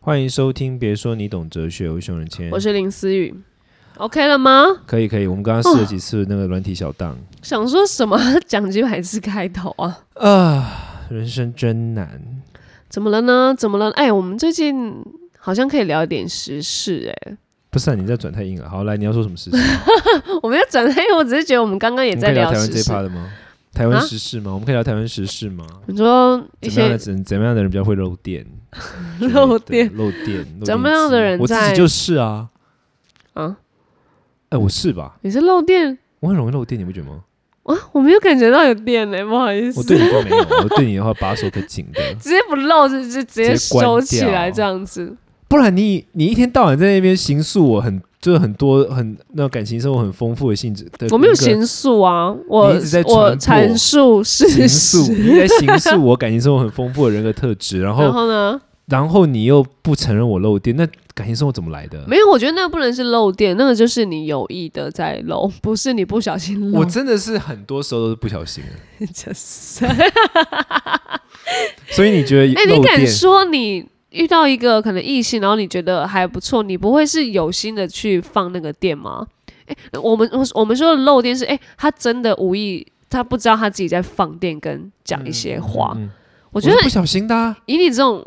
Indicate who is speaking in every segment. Speaker 1: 欢迎收听，别说你懂哲学，我是熊仁谦
Speaker 2: 我。是林思雨，OK 了吗？
Speaker 1: 可以可以，我们刚刚试了几次那个软体小档
Speaker 2: 想说什么？讲几百次开头啊？
Speaker 1: 啊，人生真难。
Speaker 2: 怎么了呢？怎么了？哎，我们最近好像可以聊一点时事、欸
Speaker 1: 不是、啊、你在转太硬了。好，来，你要说什么事情？
Speaker 2: 哎，我没有转黑，我只是觉得我们刚 刚也
Speaker 1: 我们
Speaker 2: 在
Speaker 1: 可以聊台湾
Speaker 2: 时
Speaker 1: 这一
Speaker 2: 事。
Speaker 1: 趴的吗？台湾
Speaker 2: 啊
Speaker 1: 时事吗？我们可以聊台湾时事吗？
Speaker 2: 你说一
Speaker 1: 怎么样
Speaker 2: 些
Speaker 1: 的人怎么样的人比较会漏电？之类的
Speaker 2: 漏电
Speaker 1: 漏电，漏
Speaker 2: 怎么
Speaker 1: 电
Speaker 2: 样的
Speaker 1: 机
Speaker 2: 人
Speaker 1: 我自己
Speaker 2: 在
Speaker 1: 就是啊，
Speaker 2: 啊，
Speaker 1: 哎，我是吧？
Speaker 2: 你是漏电
Speaker 1: 我很容易漏电，你不觉得吗？
Speaker 2: 啊？我没有感觉到有电呢、不好意
Speaker 1: 我
Speaker 2: 思，
Speaker 1: 对你倒没有，我对你的话把手可紧的。
Speaker 2: 直接不漏，就就直接
Speaker 1: 直接关
Speaker 2: 收起
Speaker 1: 掉
Speaker 2: 来这样子。
Speaker 1: 不然你你一天到晚在那边形塑我很就是很多很那种感情生活很丰富的性质的，
Speaker 2: 我没有
Speaker 1: 形
Speaker 2: 形述啊，我
Speaker 1: 你一直在
Speaker 2: 我
Speaker 1: 传播
Speaker 2: 阐述事
Speaker 1: 形 塑，
Speaker 2: 实。
Speaker 1: 你在形塑我感情生活很丰富的人格特质，然
Speaker 2: 然
Speaker 1: 后
Speaker 2: 后呢？
Speaker 1: 然后你又不承认我漏电，那感情生活怎么来的？
Speaker 2: 没有，我觉得那个不能是漏电，那个就是你有意的在漏， 不是你不小心漏。
Speaker 1: 我真的是很多时候都是不小心的，
Speaker 2: 就是，
Speaker 1: 所以你觉得
Speaker 2: 哎、
Speaker 1: 漏
Speaker 2: 你敢
Speaker 1: 电？
Speaker 2: 说你遇到一个可能异性，然后你觉得还不错，你不会是有心的去放那个电吗？哎、我们我我们说的漏电是，哎、他真的无意，他不知道他自己在放电，跟讲一些话。
Speaker 1: 嗯嗯
Speaker 2: 我
Speaker 1: 我
Speaker 2: 觉得
Speaker 1: 是不小心的啊，
Speaker 2: 以你这种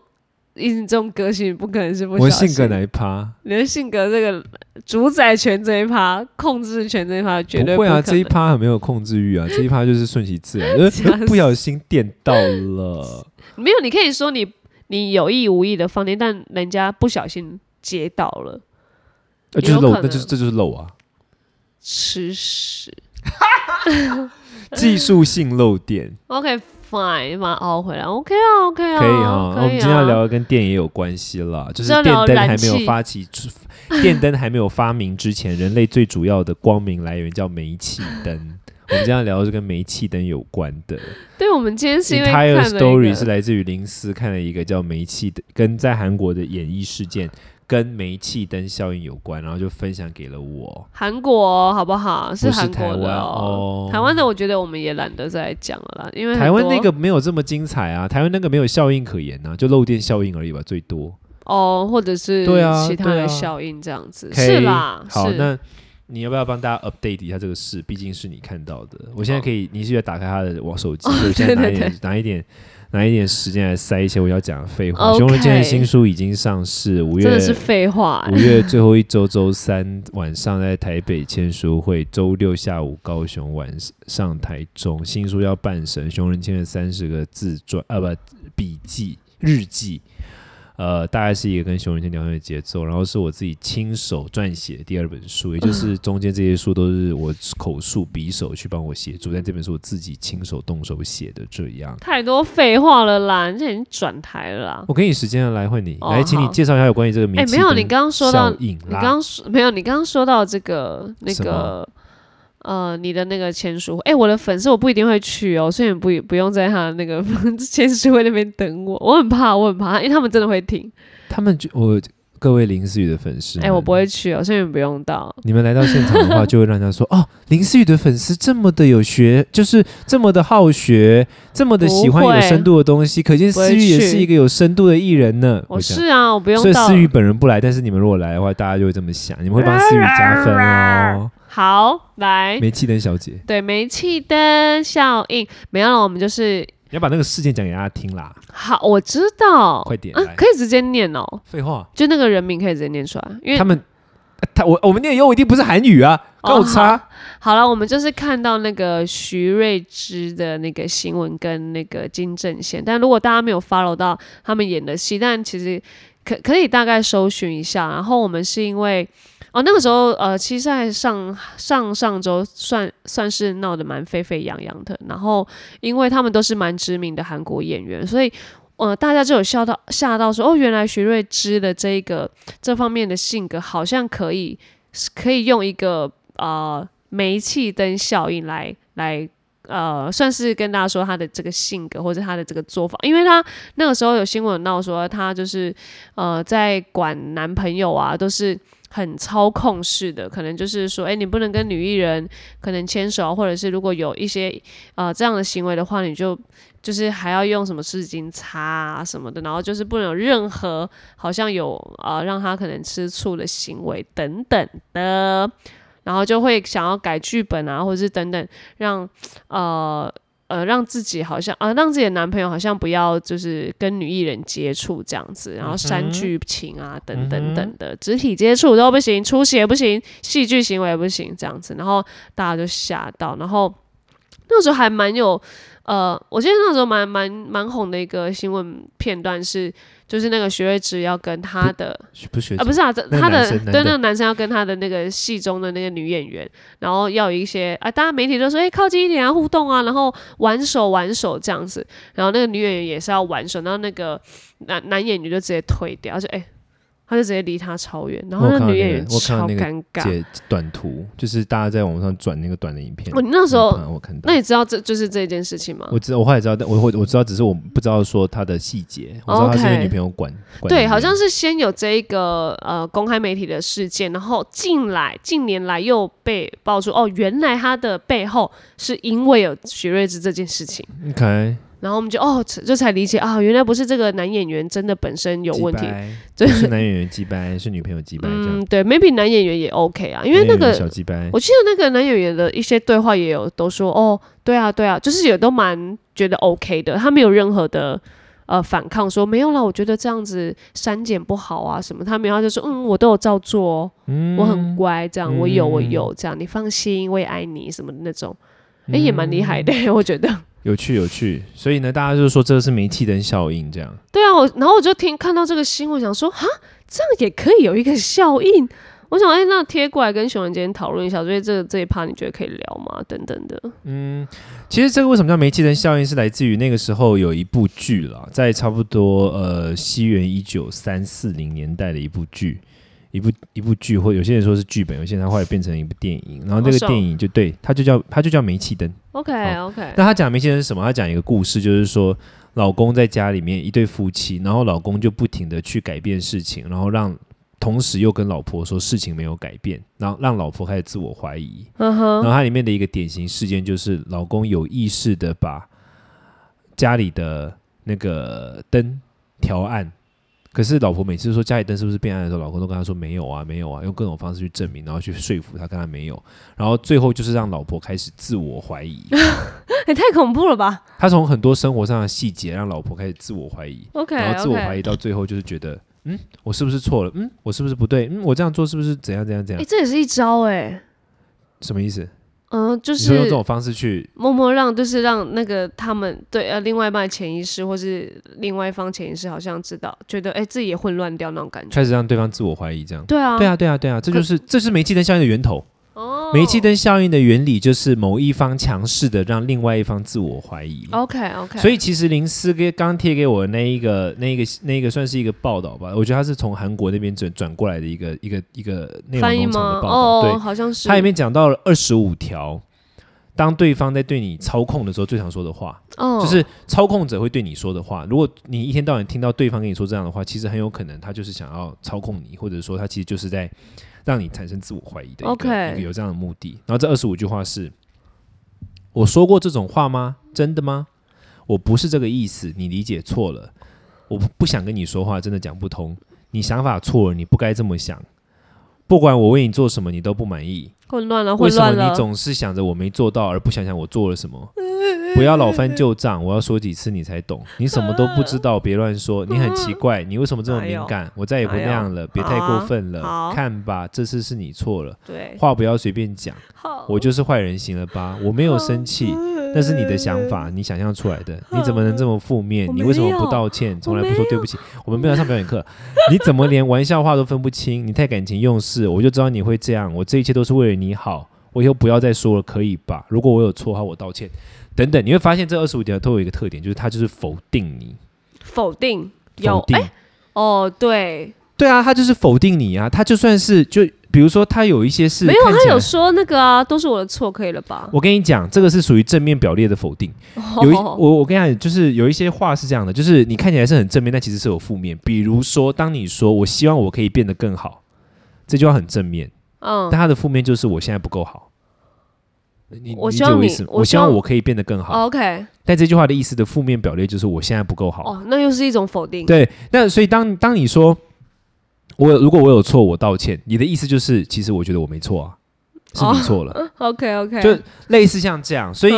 Speaker 2: 以你这种个性，不可能是不
Speaker 1: 我
Speaker 2: 小
Speaker 1: 的
Speaker 2: 心。
Speaker 1: 性格哪一趴？
Speaker 2: 你的性格这个主宰权这一趴，控制权这一趴，绝对
Speaker 1: 不会啊，
Speaker 2: 可
Speaker 1: 这一
Speaker 2: 能
Speaker 1: 趴很没有控制欲啊，这一趴就是顺其自然， 就是
Speaker 2: 吓死
Speaker 1: 不小心电到了。
Speaker 2: 没有，你可以说你你有意无意的放电，但人家不小心接到了，
Speaker 1: 呃就是
Speaker 2: 有
Speaker 1: 漏，
Speaker 2: 可
Speaker 1: 那就是
Speaker 2: 能
Speaker 1: 这就是漏啊，
Speaker 2: 吃屎。
Speaker 1: 技术性漏电。
Speaker 2: OK fine，把它熬回来。OK 啊，OK 啊，
Speaker 1: 可以哈，那我
Speaker 2: 可
Speaker 1: 们
Speaker 2: 以
Speaker 1: 今天要
Speaker 2: 啊。
Speaker 1: 聊的跟电也有关系了，就是
Speaker 2: 是要
Speaker 1: 电
Speaker 2: 聊
Speaker 1: 灯
Speaker 2: 燃
Speaker 1: 还没有
Speaker 2: 气
Speaker 1: 发起 出，电灯还没有发明之前，人类最主要的光明来源叫煤气 灯。我们今天要聊的是跟煤气灯有关的。
Speaker 2: 对，我们今天是因为看
Speaker 1: Entire
Speaker 2: 了一
Speaker 1: story
Speaker 2: 个
Speaker 1: 是来自于林斯看了一个叫煤气灯，跟在韩国的演艺事件跟煤气灯效应有关，然后就分享给了我。
Speaker 2: 韩国哦、好不好？
Speaker 1: 不是
Speaker 2: 韩国
Speaker 1: 台湾
Speaker 2: 的
Speaker 1: 哦
Speaker 2: 台湾的我觉得我们也懒得再讲了啦，因为很
Speaker 1: 台湾
Speaker 2: 多
Speaker 1: 那个没有这么精彩啊，台湾那个没有效应可言呐、啊，就漏电效应而已吧，最多。
Speaker 2: 哦，或者是
Speaker 1: 对啊
Speaker 2: 其他
Speaker 1: 对啊
Speaker 2: 的效应这样子，
Speaker 1: 可以
Speaker 2: 是啦，
Speaker 1: 好，
Speaker 2: 啊是
Speaker 1: 那你要不要帮大家 update 一下这个事？毕竟是你看到的，我现在可以，你是要打开他的网手机，
Speaker 2: 哦
Speaker 1: 所以我现在拿一
Speaker 2: 对对
Speaker 1: 点拿一点拿一点时间来塞一些我要讲的废话。
Speaker 2: OK
Speaker 1: 熊仁健的新书已经上市，五月
Speaker 2: 真的是废 话、欸
Speaker 1: 五月最后一周周三晚上在台北签书会，周六下午高雄，晚上台中。新书要半神，熊仁谦的三十个自传啊不笔记日记，呃，大概是一个跟熊仁谦聊天的节奏。然后是我自己亲手撰写的第二本书，也就是中间这些书都是我口述匕首去帮我写注，但这本是我自己亲手动手写的。这样，
Speaker 2: 太多废话了啦，你这已经转台了啦。
Speaker 1: 我给你时间了来换你、
Speaker 2: 哦
Speaker 1: 来，请你
Speaker 2: 好
Speaker 1: 介绍一下有关于这个名
Speaker 2: 哎、
Speaker 1: 气
Speaker 2: 没有，
Speaker 1: 跟
Speaker 2: 你刚刚说到
Speaker 1: 效，应
Speaker 2: 你
Speaker 1: 啦
Speaker 2: 刚刚说没有，你刚刚说到这个那
Speaker 1: 什
Speaker 2: 个
Speaker 1: 么
Speaker 2: 呃，你的那个签书会，哎、我的粉丝我不一定会去哦，所以你不不用在他的那个 签书会那边等我，我很怕，我很怕，因为他们真的会听，
Speaker 1: 他们就我各位林思雨的粉丝，
Speaker 2: 哎、我不会。去哦，所以你们不用到。
Speaker 1: 你们来到现场的话，就会让人家说哦，林思雨的粉丝这么的有学，就是这么的好学，这么的喜欢
Speaker 2: 不会
Speaker 1: 有深度的东西。可见思雨也
Speaker 2: 不会
Speaker 1: 是
Speaker 2: 去
Speaker 1: 一个有深度的艺人呢。
Speaker 2: 我
Speaker 1: 会这样
Speaker 2: 是啊，我不用
Speaker 1: 所以
Speaker 2: 到
Speaker 1: 思。雨本人不来，但是你们如果来的话，大家就会这么想，你们会帮思雨加分 哦。
Speaker 2: 好，来，
Speaker 1: 煤气灯小姐，
Speaker 2: 对，煤气灯效应，没有了，我们就是
Speaker 1: 你要把那个事件讲给大家听啦，
Speaker 2: 好，我知道，
Speaker 1: 快点
Speaker 2: 啊
Speaker 1: 来，
Speaker 2: 可。以直接念哦，
Speaker 1: 废话，
Speaker 2: 就那个人名可以直接念出来，因为
Speaker 1: 他们他我我们念的又一定不是韩语啊，
Speaker 2: 哦
Speaker 1: 跟我差。
Speaker 2: 好了，我们就是看到那个徐瑞芝的那个新闻跟那个金正贤，但如果大家没有 follow 到他们演的戏，但其实可可以大概搜寻一下。然后我们是因为哦那个时候呃，其实在上上上周算算是闹得蛮沸沸扬扬的，然后因为他们都是蛮知名的韩国演员，所以。呃，大家就有笑到吓到说，哦，原来徐瑞芝的这一个这方面的性格，好像可以是可以用一个呃煤气灯效应来来呃，算是跟大家说他的这个性格或者他的这个做法，因为他那个时候有新闻闹说他就是呃在管男朋友啊，都是。很操控式的，可能就是说，哎、你不能跟女艺人可能牵手，或者是如果有一些呃这样的行为的话，你就就是还要用什么湿巾擦啊什么的，然后就是不能有任何好像有啊、呃让他可能吃醋的行为等等的，然后就会想要改剧本啊，或者是等等让呃呃让自己好像啊、让自己的男朋友好像不要就是跟女艺人接触这样子，然后删剧情啊等等等的，肢体接触都不行，出血不行，戏剧行为不行这样子，然后大家就吓到，然后。那时候还蛮有，呃，我记得那时候蛮蛮蛮红的一个新闻片段是，就是那个徐睿知要跟他的
Speaker 1: 不学
Speaker 2: 啊，不是啊，这
Speaker 1: 那个
Speaker 2: 他的
Speaker 1: 男生男
Speaker 2: 对
Speaker 1: 的
Speaker 2: 那个男生要跟他的那个戏中的那个女演员，然后要有一些啊，大家媒体都说哎、靠近一点啊，互动啊，然后挽手挽手这样子，然后那个女演员也是要挽手，然后那个男男演员就直接退掉，就哎、他就直接离他超远，然后
Speaker 1: 我
Speaker 2: 那
Speaker 1: 看到
Speaker 2: 女演
Speaker 1: 那个
Speaker 2: 员
Speaker 1: 我看到
Speaker 2: 超
Speaker 1: 那个
Speaker 2: 尴尬。
Speaker 1: 解短图，就是大家在网上转那个短的影片。
Speaker 2: 哦你那时候
Speaker 1: 我看我看到
Speaker 2: 那，你知道这就是这件事情吗？
Speaker 1: 我知道我后来知道，但我我我知道，只是我不知道说他的细节，我知道他是因为
Speaker 2: 哦 OK
Speaker 1: 女朋友管管
Speaker 2: 对，
Speaker 1: 你
Speaker 2: 好像是先有这一个呃公开媒体的事件，然后近来近年来又被爆出哦，原来他的背后是因为有徐睿知这件事情，
Speaker 1: OK
Speaker 2: 然后我们就哦这这才理解啊，原来不是这个男演员真的本身有问题
Speaker 1: 鸡，掰
Speaker 2: 对
Speaker 1: 不是男演员鸡掰，是女朋友鸡掰这样
Speaker 2: 嗯，。对，maybe 男演员也 OK 啊，因为那
Speaker 1: 男演员
Speaker 2: 个
Speaker 1: 小鸡掰，
Speaker 2: 我记得那个男演员的一些对话也有都说哦，对啊，对啊，就是也都蛮觉得 OK 的，他没有任何的呃反抗，说没有啦，我觉得这样子删减不好啊什么，他没有，他就说嗯，我都有照做哦，
Speaker 1: 嗯
Speaker 2: 我很乖，这样我有我
Speaker 1: 嗯
Speaker 2: 有这样，你放心，我也爱你什么的那种，哎、也蛮厉害的、 我觉得。
Speaker 1: 有趣有趣。所以呢，大家就是说这个是煤气灯效应这样。
Speaker 2: 对啊，我然后我就听看到这个新闻，想说哈，这样也可以有一个效应。我想，哎、那贴过来跟熊仁今天讨论一下，所以这个这一趴你觉得可以聊吗？等等的，
Speaker 1: 嗯，其实这个为什么叫煤气灯效应，是来自于那个时候有一部剧啦，在差不多呃西元一九三四零年代的一部剧，一部一部剧，或有些人说是剧本，有些人他后来变成一部电影，然后那
Speaker 2: 好
Speaker 1: 个
Speaker 2: 爽
Speaker 1: 电影就对，它就叫它就叫煤气灯。
Speaker 2: OK OK，
Speaker 1: 那他讲梅先生是什么？他讲一个故事，就是说老公在家里面一对夫妻，然后老公就不停的去改变事情，然后让同时又跟老婆说事情没有改变，然后让老婆开始自我怀疑。
Speaker 2: 嗯
Speaker 1: 然
Speaker 2: 哼，
Speaker 1: 后它里面的一个典型事件就是老公有意识的把家里的那个灯调暗。可是老婆每次说家里灯是不是变暗的时候，老公都跟她说没有啊，没有啊，用各种方式去证明，然后去说服她跟她没有，然后最后就是让老婆开始自我怀 疑，
Speaker 2: 也哎太恐怖了吧
Speaker 1: 他从很多生活上的细节让老婆开始自我怀疑，
Speaker 2: ？OK，
Speaker 1: 然后自我怀
Speaker 2: 疑。
Speaker 1: 疑到最后就是觉得，嗯，我是不是错了？嗯，我是不是不对？嗯，我这样做是不是怎样怎样怎
Speaker 2: 哎、
Speaker 1: 样？
Speaker 2: 这也是一招哎、
Speaker 1: 什么意思？
Speaker 2: 嗯、就
Speaker 1: 你说用这
Speaker 2: 是
Speaker 1: 种方式去，
Speaker 2: 默默让，就是让那个他们对呃另外一半的潜意识，或是另外一方潜意识，好像知道，觉得哎、自己也混乱掉那种感觉。
Speaker 1: 开始让对方自我怀疑，这样。
Speaker 2: 对啊，
Speaker 1: 对，啊，对啊，对啊，这
Speaker 2: 可
Speaker 1: 就是这是煤气灯效应的源头。
Speaker 2: 哦，
Speaker 1: 煤气灯效应的原理就是某一方强势的让另外一方自我怀疑。
Speaker 2: OK 哦 OK，
Speaker 1: 所以其实林思给刚贴给我的那一个、那一个、那一个算是一个报道吧，我觉得他是从韩国那边转转过来的一个、一个、一个内容
Speaker 2: 翻译
Speaker 1: 农场
Speaker 2: 吗
Speaker 1: 的？报道，对
Speaker 2: 哦，，好像是。
Speaker 1: 它里面讲到了二十五条，当对方在对你操控的时候，最常说的话，
Speaker 2: 哦，
Speaker 1: 就是操控者会对你说的话。如果你一天到晚听到对方跟你说这样的话，其实很有可能他就是想要操控你，或者说他其实就是在让你产生自我怀疑的一个
Speaker 2: OK
Speaker 1: 一个有这样的目的。然后这二十五句话是：我说过这种话吗？真的吗？我不是这个意思，你理解错了。我不不想跟你说话，真的讲不通。你想法错了，你不该这么想。不管我为你做什么，你都不满意。
Speaker 2: 混乱了，
Speaker 1: 为
Speaker 2: 混
Speaker 1: 什
Speaker 2: 啊乱
Speaker 1: 么
Speaker 2: 了
Speaker 1: 你。总是想着我没做到，而不想想我做了什么？不要老翻旧账，我要说几次你才懂。你什么都不知道，别乱说。你很奇 怪，你为什么这么敏
Speaker 2: 哎
Speaker 1: 感？我再也不那样了，别太过分
Speaker 2: 好哎
Speaker 1: 了
Speaker 2: 啊。
Speaker 1: 看吧，这次是你错了，
Speaker 2: 对，
Speaker 1: 话不要随便讲。
Speaker 2: 好
Speaker 1: 我就是坏人型了吧？我没有生气，那是你的想法，你想象出来的。你怎么能这么负面
Speaker 2: 我？没
Speaker 1: 你
Speaker 2: 有
Speaker 1: 为什么不道歉？从来不说对不起。我们没有上表演课， 你怎么连玩笑话都分不清？你太感情用事，我就知道你会这样。我这一切都是为了你好，我以后不要再说了，可以吧？如果我有错的话，我道歉。等等，你会发现这二十五条都有一个特点，就是它就是否定你，
Speaker 2: 否定有
Speaker 1: 否定。
Speaker 2: 哦，对，
Speaker 1: 对啊，它就是否定你啊！它就算是就比如说，它有一些是
Speaker 2: 没有
Speaker 1: 看
Speaker 2: 他
Speaker 1: 起来
Speaker 2: 有说那个啊，都是我的错，可以了吧？
Speaker 1: 我跟你讲，这个是属于正面表列的否定。 有一
Speaker 2: 哦
Speaker 1: 我我跟你讲，就是有一些话是这样的，就是你看起来是很正面，但其实是有负面。比如说，当你说“我希望我可以变得更好”，这句话很正面，
Speaker 2: 嗯
Speaker 1: 但它的负面就是“我现在不够好”。你
Speaker 2: 我
Speaker 1: 理
Speaker 2: 希
Speaker 1: 解
Speaker 2: 望
Speaker 1: 我意
Speaker 2: 你
Speaker 1: 思吗
Speaker 2: 我哦
Speaker 1: 我
Speaker 2: 希
Speaker 1: 希望
Speaker 2: 望
Speaker 1: 我可以变得更好。
Speaker 2: OK，
Speaker 1: 但这句话的意思的负面表列就是我现在不够好。
Speaker 2: 哦，那又是一种否定。
Speaker 1: 对，那所以当当你说我如果我有错，我道歉，你的意思就是其实我觉得我没错啊，是你
Speaker 2: 哦
Speaker 1: 错了，
Speaker 2: ，OK OK，嗯
Speaker 1: 就类似像这样，所以。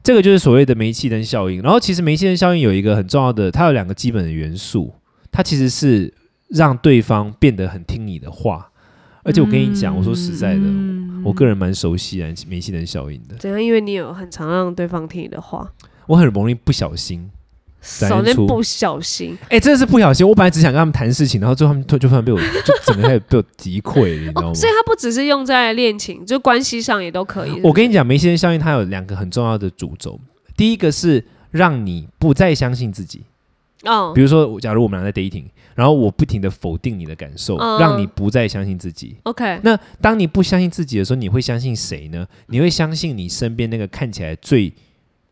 Speaker 1: 这个就是所谓的煤气灯效应。然后其实煤气灯效应有一个很重要的，它有两个基本的元素，它其实是让对方变得很听你的话。而且我跟你讲，我说实在的，我个人蛮熟悉燃煤气灯效应的，
Speaker 2: 怎样？因为你有很常让对方听你的话，
Speaker 1: 我很容易不小心。展
Speaker 2: 少那
Speaker 1: 出
Speaker 2: 不小心，
Speaker 1: 哎，真的是不小心。我本来只想跟他们谈事情，然后最后他们突就突然被我就整个开始被我击溃了，你知道吗
Speaker 2: 哦，？所以它不只是用在恋情，就关系上也都可以。
Speaker 1: 我跟你讲，梅先生效应它有两个很重要的主轴，第一个是让你不再相信自己。
Speaker 2: 哦
Speaker 1: 比如说，我假如我们俩在 dating，然后我不停的否定你的感受，
Speaker 2: 嗯
Speaker 1: 让你不再相信自己。
Speaker 2: ，OK，
Speaker 1: 那当你不相信自己的时候，你会相信谁呢？
Speaker 2: 嗯
Speaker 1: 你会相信你身边那个看起来最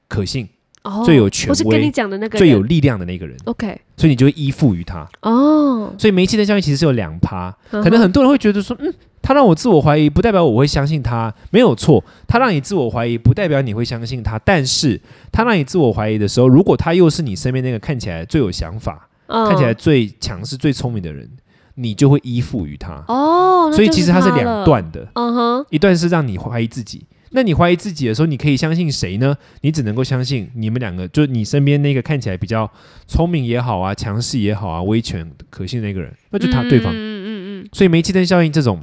Speaker 1: 可信、
Speaker 2: 哦，
Speaker 1: 最有权威
Speaker 2: 不是跟你讲的那个
Speaker 1: 最有
Speaker 2: 人
Speaker 1: 力量的那个人，
Speaker 2: OK，
Speaker 1: 所以你就会依附于他。
Speaker 2: 哦，
Speaker 1: 所以煤气灯效应其实是有两趴，
Speaker 2: 嗯哼
Speaker 1: 可能很多人会觉得说，嗯，他让我自我怀疑，不代表我会相信他，没有错。他让你自我怀疑，不代表你会相信他。但是他让你自我怀疑的时候，如果他又是你身边那个看起来最有想法、
Speaker 2: 嗯
Speaker 1: 看起来最强势、最聪明的人，你就会依附于他。
Speaker 2: 哦，那
Speaker 1: 所以
Speaker 2: 就
Speaker 1: 其实
Speaker 2: 他
Speaker 1: 它是
Speaker 2: 了
Speaker 1: 两，段的，
Speaker 2: 嗯哼，
Speaker 1: 一段是让你怀疑自己。那你怀疑自己的时候，你可以相信谁呢？你只能够相信你们两个，就是你身边那个看起来比较聪明也好啊、强势也好啊、威权可信的那个人，那就他对方。
Speaker 2: 嗯嗯嗯嗯
Speaker 1: 所以煤气灯效应这种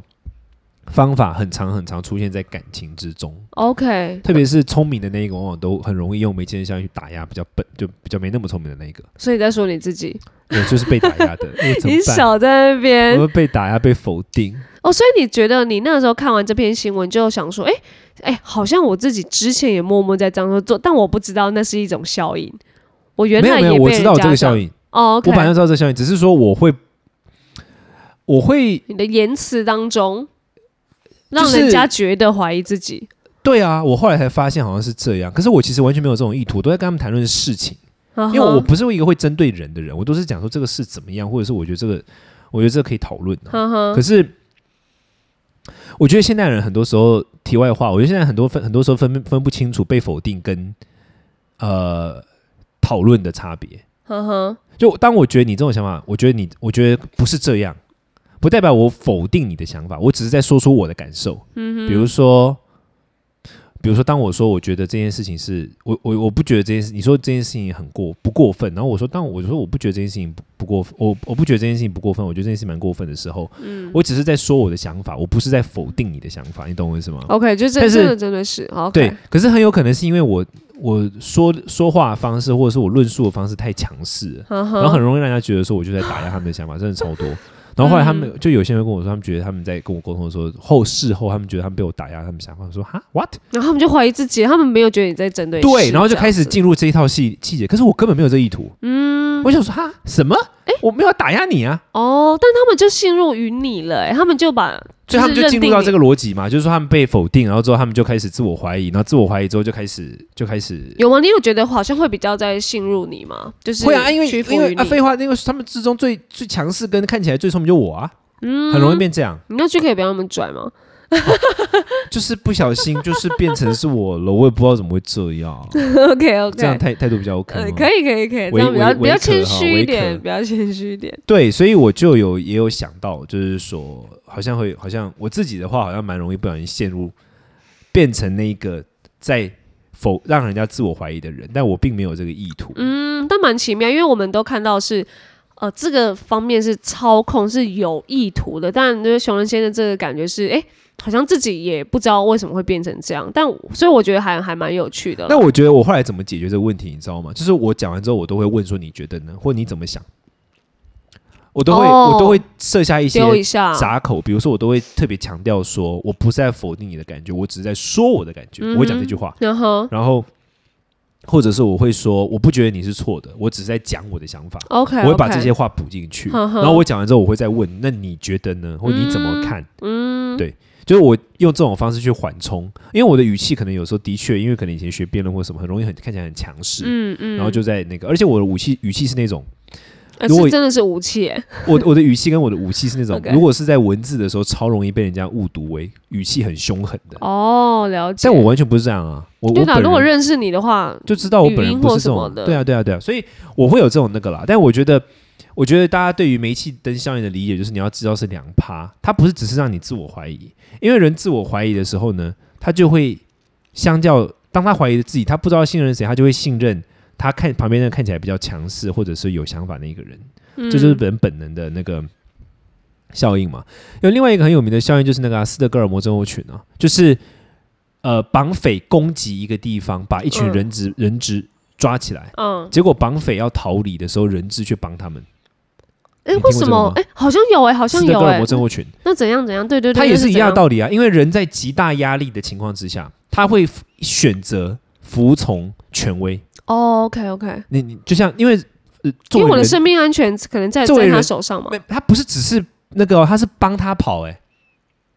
Speaker 1: 方法很常很常出现在感情之中，
Speaker 2: ，OK，
Speaker 1: 特别是聪明的那一个，往往都很容易用煤气灯效应去打压比较笨，就比较没那么聪明的那一个。
Speaker 2: 所以在说你自己，
Speaker 1: 我就是被打压的，我怎么
Speaker 2: 你
Speaker 1: 办？
Speaker 2: 少在那边
Speaker 1: 我会被打压、被否定。
Speaker 2: 哦，所以你觉得你那时候看完这篇新闻，就想说，哎、哎、好像我自己之前也默默在这样做，但我不知道那是一种效应。我原
Speaker 1: 没有
Speaker 2: 来也
Speaker 1: 没有，我
Speaker 2: 被
Speaker 1: 知
Speaker 2: 人
Speaker 1: 道
Speaker 2: 家
Speaker 1: 这个
Speaker 2: 这样
Speaker 1: 效应，
Speaker 2: 哦，OK、
Speaker 1: 我本
Speaker 2: o
Speaker 1: 来
Speaker 2: k
Speaker 1: 就知道这个效应，只是说我会，我会，
Speaker 2: 你的言辞当中，
Speaker 1: 就
Speaker 2: 让人
Speaker 1: 是
Speaker 2: 家觉得怀疑自己。
Speaker 1: 对啊，我后来才发现好像是这样。可是我其实完全没有这种意图，我都在跟他们谈论事情，
Speaker 2: 嗯
Speaker 1: 因为我不是一个会针对人的人，我都是讲说这个事怎么样，或者是我觉得这个，我觉得这个可以讨论、啊。
Speaker 2: 呵呵，
Speaker 1: 可是，我觉得现代人很多时候题外话，我觉得现在很多分很多时候分分不清楚被否定跟呃讨论的差别。
Speaker 2: 呵呵，
Speaker 1: 就当我觉得你这种想法，我觉得你，我觉得不是这样，不代表我否定你的想法，我只是在说出我的感受。嗯，比如说，比如说，当我说我觉得这件事情是我我我不觉得这件事，你说这件事情很过不过分，然后我说，当我说我不觉得这件事情不不过分，我我不觉得这件事情不过分，我觉得这件事情蛮过分的时候，嗯，我只是在说我的想法，我不是在否定你的想法，你懂我意思吗？
Speaker 2: OK，就这
Speaker 1: 但是
Speaker 2: 这个真的是哦 OK，
Speaker 1: 对，可是很有可能是因为我我说说话的方式或者是我论述的方式太强势了。
Speaker 2: 呵呵，
Speaker 1: 然后很容易让人家觉得说我就在打压他们的想法，真的超多。然后后来他们就有些人会跟我说，他们觉得他们在跟我沟通的时候，后事后他们觉得他们被我打压，他们想法我说哈 what
Speaker 2: 然后他们就怀疑自己，他们没有觉得你在针对事
Speaker 1: 对，然后就
Speaker 2: 这样
Speaker 1: 开始
Speaker 2: 子
Speaker 1: 进入这一套细细节，可是我根本没有这意图，嗯，我想说哈什么？我没有要打压你啊，
Speaker 2: 哦，但他们就信入于你了、哎他们就把
Speaker 1: 所以他们就进入到这
Speaker 2: 个
Speaker 1: 个逻辑嘛，就是说他们被否定，然后之后他们就开始自我怀疑，然后自我怀疑之后就开始就开始。
Speaker 2: 有吗？你有觉得好像会比较在信入你吗？就是
Speaker 1: 会啊，因为
Speaker 2: 屈服
Speaker 1: 因为
Speaker 2: 于
Speaker 1: 啊，
Speaker 2: 你
Speaker 1: 废话，因为他们之中最最强势跟看起来最聪明就我啊，
Speaker 2: 嗯
Speaker 1: 很容易变这样。
Speaker 2: 你那去可以不要那么拽 吗？
Speaker 1: 就是不小心，就是变成是我了，我也不知道怎么会这 样，啊
Speaker 2: OK
Speaker 1: 这样
Speaker 2: OK，
Speaker 1: 态态度比较 OK
Speaker 2: 呃，
Speaker 1: 吗
Speaker 2: 可以可以可以，这
Speaker 1: 微
Speaker 2: 样比较
Speaker 1: 微
Speaker 2: 比较
Speaker 1: 微可
Speaker 2: 谦
Speaker 1: 哈
Speaker 2: 虚
Speaker 1: 微
Speaker 2: 一点，
Speaker 1: 可
Speaker 2: 比较谦虚一点。
Speaker 1: 对，所以我就有也有想到，就是说，好像会，好像我自己的话，好像蛮容易不小心陷入，变成那个在否让人家自我怀疑的人，但我并没有这个意图。
Speaker 2: 嗯，但蛮奇妙，因为我们都看到是。呃，这个方面是操控，是有意图的。但就是熊仁先生这个感觉是，哎、好像自己也不知道为什么会变成这样。但我所以我觉得还还蛮有趣的啦。
Speaker 1: 那我觉得我后来怎么解决这个问题，你知道吗？就是我讲完之后，我都会问说你觉得呢，或你怎么想，我都会、
Speaker 2: 哦
Speaker 1: 我都会设下一些
Speaker 2: 丢一下，
Speaker 1: 闸口，比如说我都会特别强调说，我不是在否定你的感觉，我只是在说我的感觉，我会讲这句话，
Speaker 2: 然后
Speaker 1: 然后或者是我会说，我不觉得你是错的，我只是在讲我的想法
Speaker 2: OK，
Speaker 1: 我会把
Speaker 2: OK
Speaker 1: 这些话补进去，
Speaker 2: 呵呵
Speaker 1: 然后我讲完之后，我会再问，那你觉得呢？或你怎么看？
Speaker 2: 嗯
Speaker 1: 就是我用这种方式去缓冲，因为我的语气可能有时候的确，因为可能以前学辩论或什么，很容易很看起来很强势，
Speaker 2: 嗯嗯，
Speaker 1: 然后就在那个，而且我的语气语气是那种，
Speaker 2: 呃
Speaker 1: 如果
Speaker 2: 是真的是武器耶，
Speaker 1: 我我的语气跟我的武器是那种
Speaker 2: OK
Speaker 1: 如果是在文字的时候，超容易被人家误读为语气很凶狠的。
Speaker 2: 哦，了解。
Speaker 1: 但我完全不是这样啊，我
Speaker 2: 对
Speaker 1: 我
Speaker 2: 啦，
Speaker 1: 本
Speaker 2: 如果
Speaker 1: 人
Speaker 2: 认识你的话，
Speaker 1: 就知道我本
Speaker 2: 语
Speaker 1: 人
Speaker 2: 音
Speaker 1: 不
Speaker 2: 或
Speaker 1: 是这
Speaker 2: 什么
Speaker 1: 种，
Speaker 2: 的
Speaker 1: 对啊对啊对啊，所以我会有这种那个啦。但我觉得，我觉得大家对于煤气灯效应的理解就是你要知道是两趴，它不是只是让你自我怀疑，因为人自我怀疑的时候呢，他就会相较当他怀疑自己，他不知道信任谁，他就会信任他看旁边那个看起来比较强势或者是有想法的一个人。
Speaker 2: 嗯
Speaker 1: 这就是人本能的那个效应嘛。有另外一个很有名的效应就是那个啊、斯德哥尔摩症候群啊，就是呃绑匪攻击一个地方，把一群
Speaker 2: 嗯
Speaker 1: 人质、人质抓起来，
Speaker 2: 嗯，
Speaker 1: 结果绑匪要逃离的时候，人质却帮他们。
Speaker 2: 哎、
Speaker 1: 你听
Speaker 2: 为
Speaker 1: 过
Speaker 2: 什
Speaker 1: 这个
Speaker 2: 么
Speaker 1: 吗？
Speaker 2: 哎、好像有哎、好像
Speaker 1: 斯德
Speaker 2: 有
Speaker 1: 哥尔
Speaker 2: 哎、
Speaker 1: 摩症候群，
Speaker 2: 那怎样怎样？对对对，
Speaker 1: 它也是一样的
Speaker 2: 理。
Speaker 1: 道理啊，因为人在极大压力的情况之下，他会选择服从权威。
Speaker 2: 哦，OK OK，
Speaker 1: 你你就像因为呃，作
Speaker 2: 因为
Speaker 1: 为
Speaker 2: 我的
Speaker 1: 人
Speaker 2: 生命安全可能在
Speaker 1: 作为
Speaker 2: 在他
Speaker 1: 人
Speaker 2: 手上嘛
Speaker 1: 没。他不是只是那个、哦，他是帮他跑哎、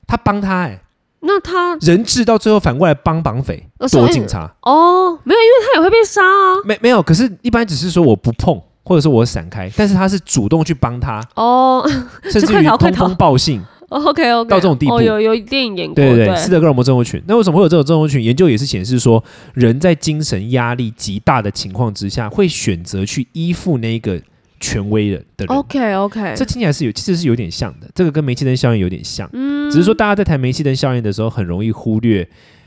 Speaker 1: 他帮他哎、
Speaker 2: 那他
Speaker 1: 人质到最后反过来帮绑匪
Speaker 2: 呃所以
Speaker 1: 躲警察，
Speaker 2: 哦，没有，因为他也会被杀啊。
Speaker 1: 没没有？可是，一般只是说我不碰，或者说我闪开，但是他是主动去帮 他，
Speaker 2: 哦
Speaker 1: 甚至
Speaker 2: 快
Speaker 1: 于
Speaker 2: 逃快
Speaker 1: 通风
Speaker 2: 逃
Speaker 1: 报信，
Speaker 2: ，OK OK，
Speaker 1: 到这种地步
Speaker 2: 哦，有有电影演过，
Speaker 1: 对对
Speaker 2: 哦对
Speaker 1: 对，斯德哥尔摩症候群。那为什么会有这种症候群？研究也是显示说，人在精神压力极大的情况之下，会选择去依附那个权威人的人。
Speaker 2: OK OK，
Speaker 1: 这听起来是有，其实是有点像的，这个跟煤气灯效应有点像。
Speaker 2: 嗯
Speaker 1: 只是说大家在谈煤气灯效应的时候，很容易忽略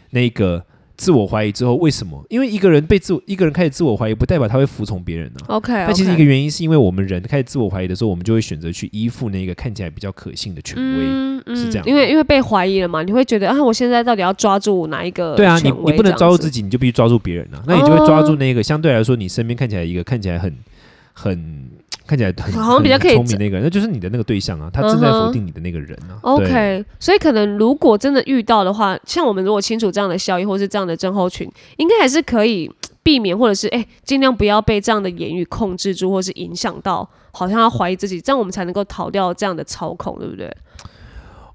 Speaker 1: 那个自我怀疑之后为什么？因为一个人被自我一个人开始自我怀疑，不代表他会服从别人啊。
Speaker 2: OK，
Speaker 1: 但其实一个原因是因为我们人开始自我怀疑的时候，我们就会选择去依附那个看起来比较可信的权威。
Speaker 2: 嗯嗯，
Speaker 1: 是这样
Speaker 2: 因为因为被怀疑了嘛，你会觉得啊，我现在到底要抓住哪一个
Speaker 1: 对啊，你
Speaker 2: 权
Speaker 1: 你
Speaker 2: 威
Speaker 1: 不能
Speaker 2: 这样
Speaker 1: 抓住
Speaker 2: 子哦
Speaker 1: 自己，你就必须抓住别人啊。那你就会抓住那个、相对来说你身边看起来一个看起来很很看起来很
Speaker 2: 好像比较
Speaker 1: 很
Speaker 2: 可以嗯
Speaker 1: 聪明那个人，那就是你的那个对象啊，他正在否定你的那个人啊。对
Speaker 2: OK，所以可能如果真的遇到的话，像我们如果清楚这样的效应或是这样的症候群，应该还是可以避免，或者是哎尽、量不要被这样的言语控制住，或是影响到，好像要怀疑自己，这样我们才能够逃掉这样的操控，对不对？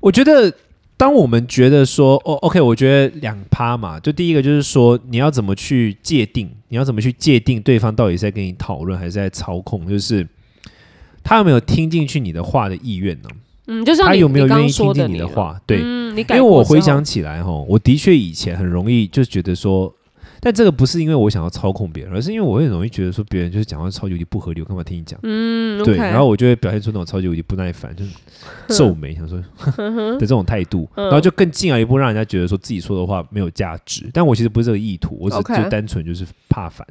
Speaker 1: 我觉得，当我们觉得说，哦，OK，我觉得两趴嘛，就第一个就是说，你要怎么去界定，你要怎么去界定对方到底是在跟你讨论还是在操控，就是他有没有听进去你的话的意愿呢？
Speaker 2: 嗯，就像
Speaker 1: 他
Speaker 2: 你
Speaker 1: 有没有
Speaker 2: 你刚
Speaker 1: 愿
Speaker 2: 刚
Speaker 1: 意听
Speaker 2: 说的
Speaker 1: 进你的
Speaker 2: 了，
Speaker 1: 话？对，
Speaker 2: 嗯，你改
Speaker 1: 因为我
Speaker 2: 过之
Speaker 1: 回
Speaker 2: 后，
Speaker 1: 想起来哈，我的确以前很容易就觉得说，但这个不是因为我想要操控别人，而是因为我会很容易觉得说别人就是讲话超级无敌不合理，我干嘛听你讲？
Speaker 2: 嗯，OK，
Speaker 1: 对，然后我就会表现出那种超级无敌不耐烦，就是皱眉，想说
Speaker 2: 嗯
Speaker 1: 的这种态度，然后就更进而一步，让人家觉得说自己说的话没有价值。但我其实不是这个意图，我只
Speaker 2: OK
Speaker 1: 就单纯就是怕烦。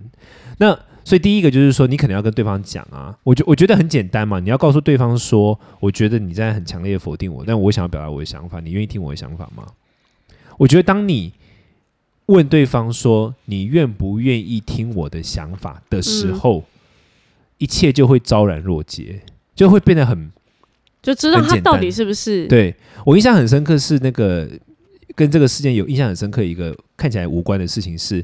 Speaker 1: 那所以第一个就是说，你可能要跟对方讲啊，我觉我觉得很简单嘛，你要告诉对方说，我觉得你在很强烈的否定我，但我想要表达我的想法，你愿意听我的想法吗？我觉得当你问对方说你愿不愿意听我的想法的时
Speaker 2: 嗯
Speaker 1: 候，一切就会昭然若揭，就会变得很
Speaker 2: 就知道
Speaker 1: 很
Speaker 2: 他
Speaker 1: 简
Speaker 2: 到
Speaker 1: 单
Speaker 2: 底是不是
Speaker 1: 对我印象很深刻是那个跟这个事件有印象很深刻一个看起来无关的事情是，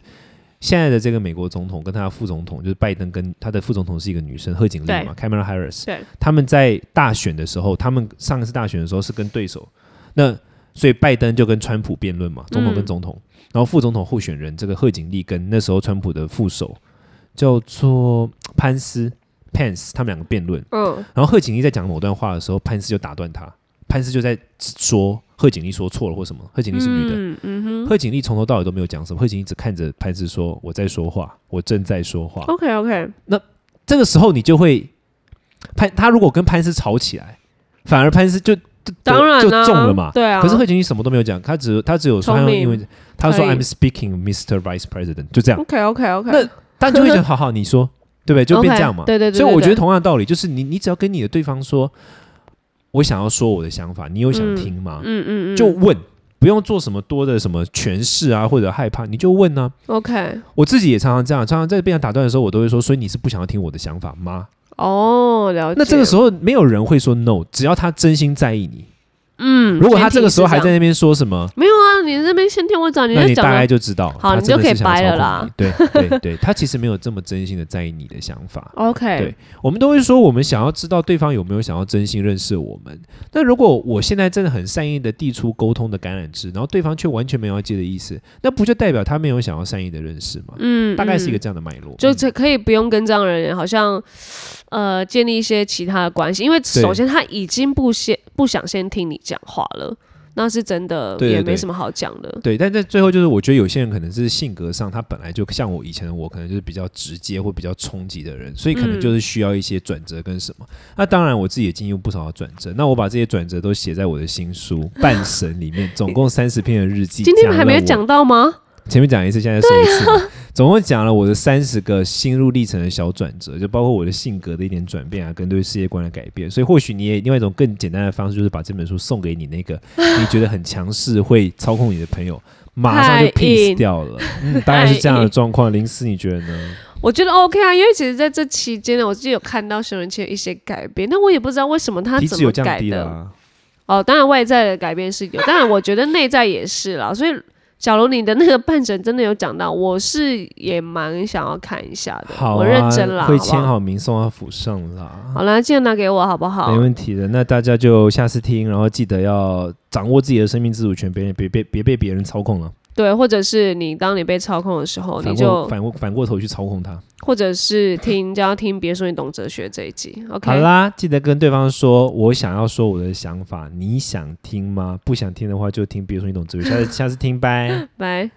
Speaker 1: 现在的这个美国总统跟他的副总统就是拜登跟他的副总统是一个女生贺锦丽嘛，Kamala Harris，
Speaker 2: 对
Speaker 1: 他们在大选的时候，他们上一次大选的时候是跟对手，那所以拜登就跟川普辩论嘛，总统跟
Speaker 2: 嗯
Speaker 1: 总统，然后副总统候选人这个贺锦丽跟那时候川普的副手叫做潘斯 Pence，他们两个辩论。
Speaker 2: 嗯
Speaker 1: 然后贺锦丽在讲某段话的时候，潘斯就打断他，潘斯就在说贺锦丽说错了或什么，贺锦丽是女的，
Speaker 2: 嗯嗯哼
Speaker 1: 贺锦丽从头到尾都没有讲什么，贺锦丽只看着潘斯说我在说话，我正在说话。
Speaker 2: ，OK OK，
Speaker 1: 这个时候你就会潘他如果跟潘斯吵起来，反而潘斯就就
Speaker 2: 当然
Speaker 1: 就
Speaker 2: 啦
Speaker 1: 中了嘛。
Speaker 2: 对啊，
Speaker 1: 可是贺锦丽什么都没有讲，他只他只有说
Speaker 2: 聪
Speaker 1: 他用
Speaker 2: 明
Speaker 1: 英文，他说
Speaker 2: 可以
Speaker 1: I'm speaking Mr. Vice President，就 这样，
Speaker 2: OK OK OK，
Speaker 1: 那但就会觉得好好你说对不对？就变这样嘛。
Speaker 2: 对对对，
Speaker 1: 所以
Speaker 2: 对
Speaker 1: 我觉得
Speaker 2: 对
Speaker 1: 同样的道理，就是你你只要跟你的对方说，我想要说我的想法，你有想听吗？
Speaker 2: 嗯嗯嗯，
Speaker 1: 就问，不用做什么多的什么诠释啊，或者害怕，你就问啊。
Speaker 2: OK，
Speaker 1: 我自己也常常这样，常常在被人打断的时候，我都会说，所以你是不想要听我的想法吗？
Speaker 2: 哦，了解。
Speaker 1: 那这个时候没有人会说 no，只要他真心在意你，
Speaker 2: 嗯，
Speaker 1: 如果他
Speaker 2: 前提
Speaker 1: 这个时候
Speaker 2: 是这
Speaker 1: 还
Speaker 2: 样
Speaker 1: 在那边说什么，
Speaker 2: 没有啊，你这边先听我讲，
Speaker 1: 那
Speaker 2: 就
Speaker 1: 你
Speaker 2: 讲啊
Speaker 1: 大
Speaker 2: 了
Speaker 1: 概就知道，他
Speaker 2: 好你就
Speaker 1: 真的
Speaker 2: 可以
Speaker 1: 是想要
Speaker 2: 掰
Speaker 1: 操
Speaker 2: 了
Speaker 1: 控
Speaker 2: 啦
Speaker 1: 你。对对对，他其实没有这么真心的在意你的想法。
Speaker 2: OK，
Speaker 1: 对我们都会说，我们想要知道对方有没有想要真心认识我们。那如果我现在真的很善意的递出沟通的橄榄枝，然后对方却完全没有要接的意思，那不就代表他没有想要善意的认识吗？
Speaker 2: 嗯，
Speaker 1: 大概是一个
Speaker 2: 嗯
Speaker 1: 这样的脉络。
Speaker 2: 就
Speaker 1: 嗯
Speaker 2: 这可以不用跟这样的人，好像呃建立一些其他的关系，因为首先他已经不先不想先听你讲话了，那是真的
Speaker 1: 对对
Speaker 2: 也没
Speaker 1: 对
Speaker 2: 什么好讲的。
Speaker 1: 对，但在最后就是，我觉得有些人可能是性格上，他本来就像我以前的我，可能就是比较直接或比较冲击的人，所以可能
Speaker 2: 嗯
Speaker 1: 就是需要一些转折跟什么。那当然，我自己也经历过不少的转折，那我把这些转折都写在我的新书 《半神》里面，总共三十篇的日记。
Speaker 2: 今天还
Speaker 1: 了
Speaker 2: 没有
Speaker 1: 我
Speaker 2: 讲到吗？
Speaker 1: 前面讲一次，现在
Speaker 2: 啊
Speaker 1: 说一次嘛，总共讲了我的三十个心路历程的小转折，就包括我的性格的一点转变啊，跟对世界观的改变。所以或许你也另外一种更简单的方式，就是把这本书送给你那 个你觉得很强势、会操控你的朋友，马上就
Speaker 2: 太硬
Speaker 1: peace 掉了。嗯，大概是这样的状 况。林思，你觉得呢？
Speaker 2: 我觉得 OK 啊，因为其实在这期间呢，我自己有看到熊仁谦有一些改变，但我也不知道为什么他
Speaker 1: 体
Speaker 2: 怎
Speaker 1: 脂有
Speaker 2: 么
Speaker 1: 降
Speaker 2: 改
Speaker 1: 低
Speaker 2: 的。
Speaker 1: 了、啊，
Speaker 2: 哦，当然外在的改变是有，当然我觉得内在也是啦。所以，假如你的那个半程真的有讲到，我是也蛮想要看一下的，
Speaker 1: 好啊，
Speaker 2: 我认真啦，
Speaker 1: 会
Speaker 2: 好不
Speaker 1: 签
Speaker 2: 好。
Speaker 1: 好名送到府上啦。
Speaker 2: 好啦，记得拿给我好不好
Speaker 1: 没？问题的，那大家就下次听，然后记得要掌握自己的生命自主权，别人别别别被别人操控了。
Speaker 2: 对，或者是你当你被操控的时候，哦你
Speaker 1: 反
Speaker 2: 就
Speaker 1: 过反过反过头去操控他。
Speaker 2: 或者是听就要听，别说你懂哲学这一集，OK？
Speaker 1: 好啦，记得跟对方说，我想要说我的想法，你想听吗？不想听的话就听，比如说你懂哲学，下次下次听，拜。
Speaker 2: 拜。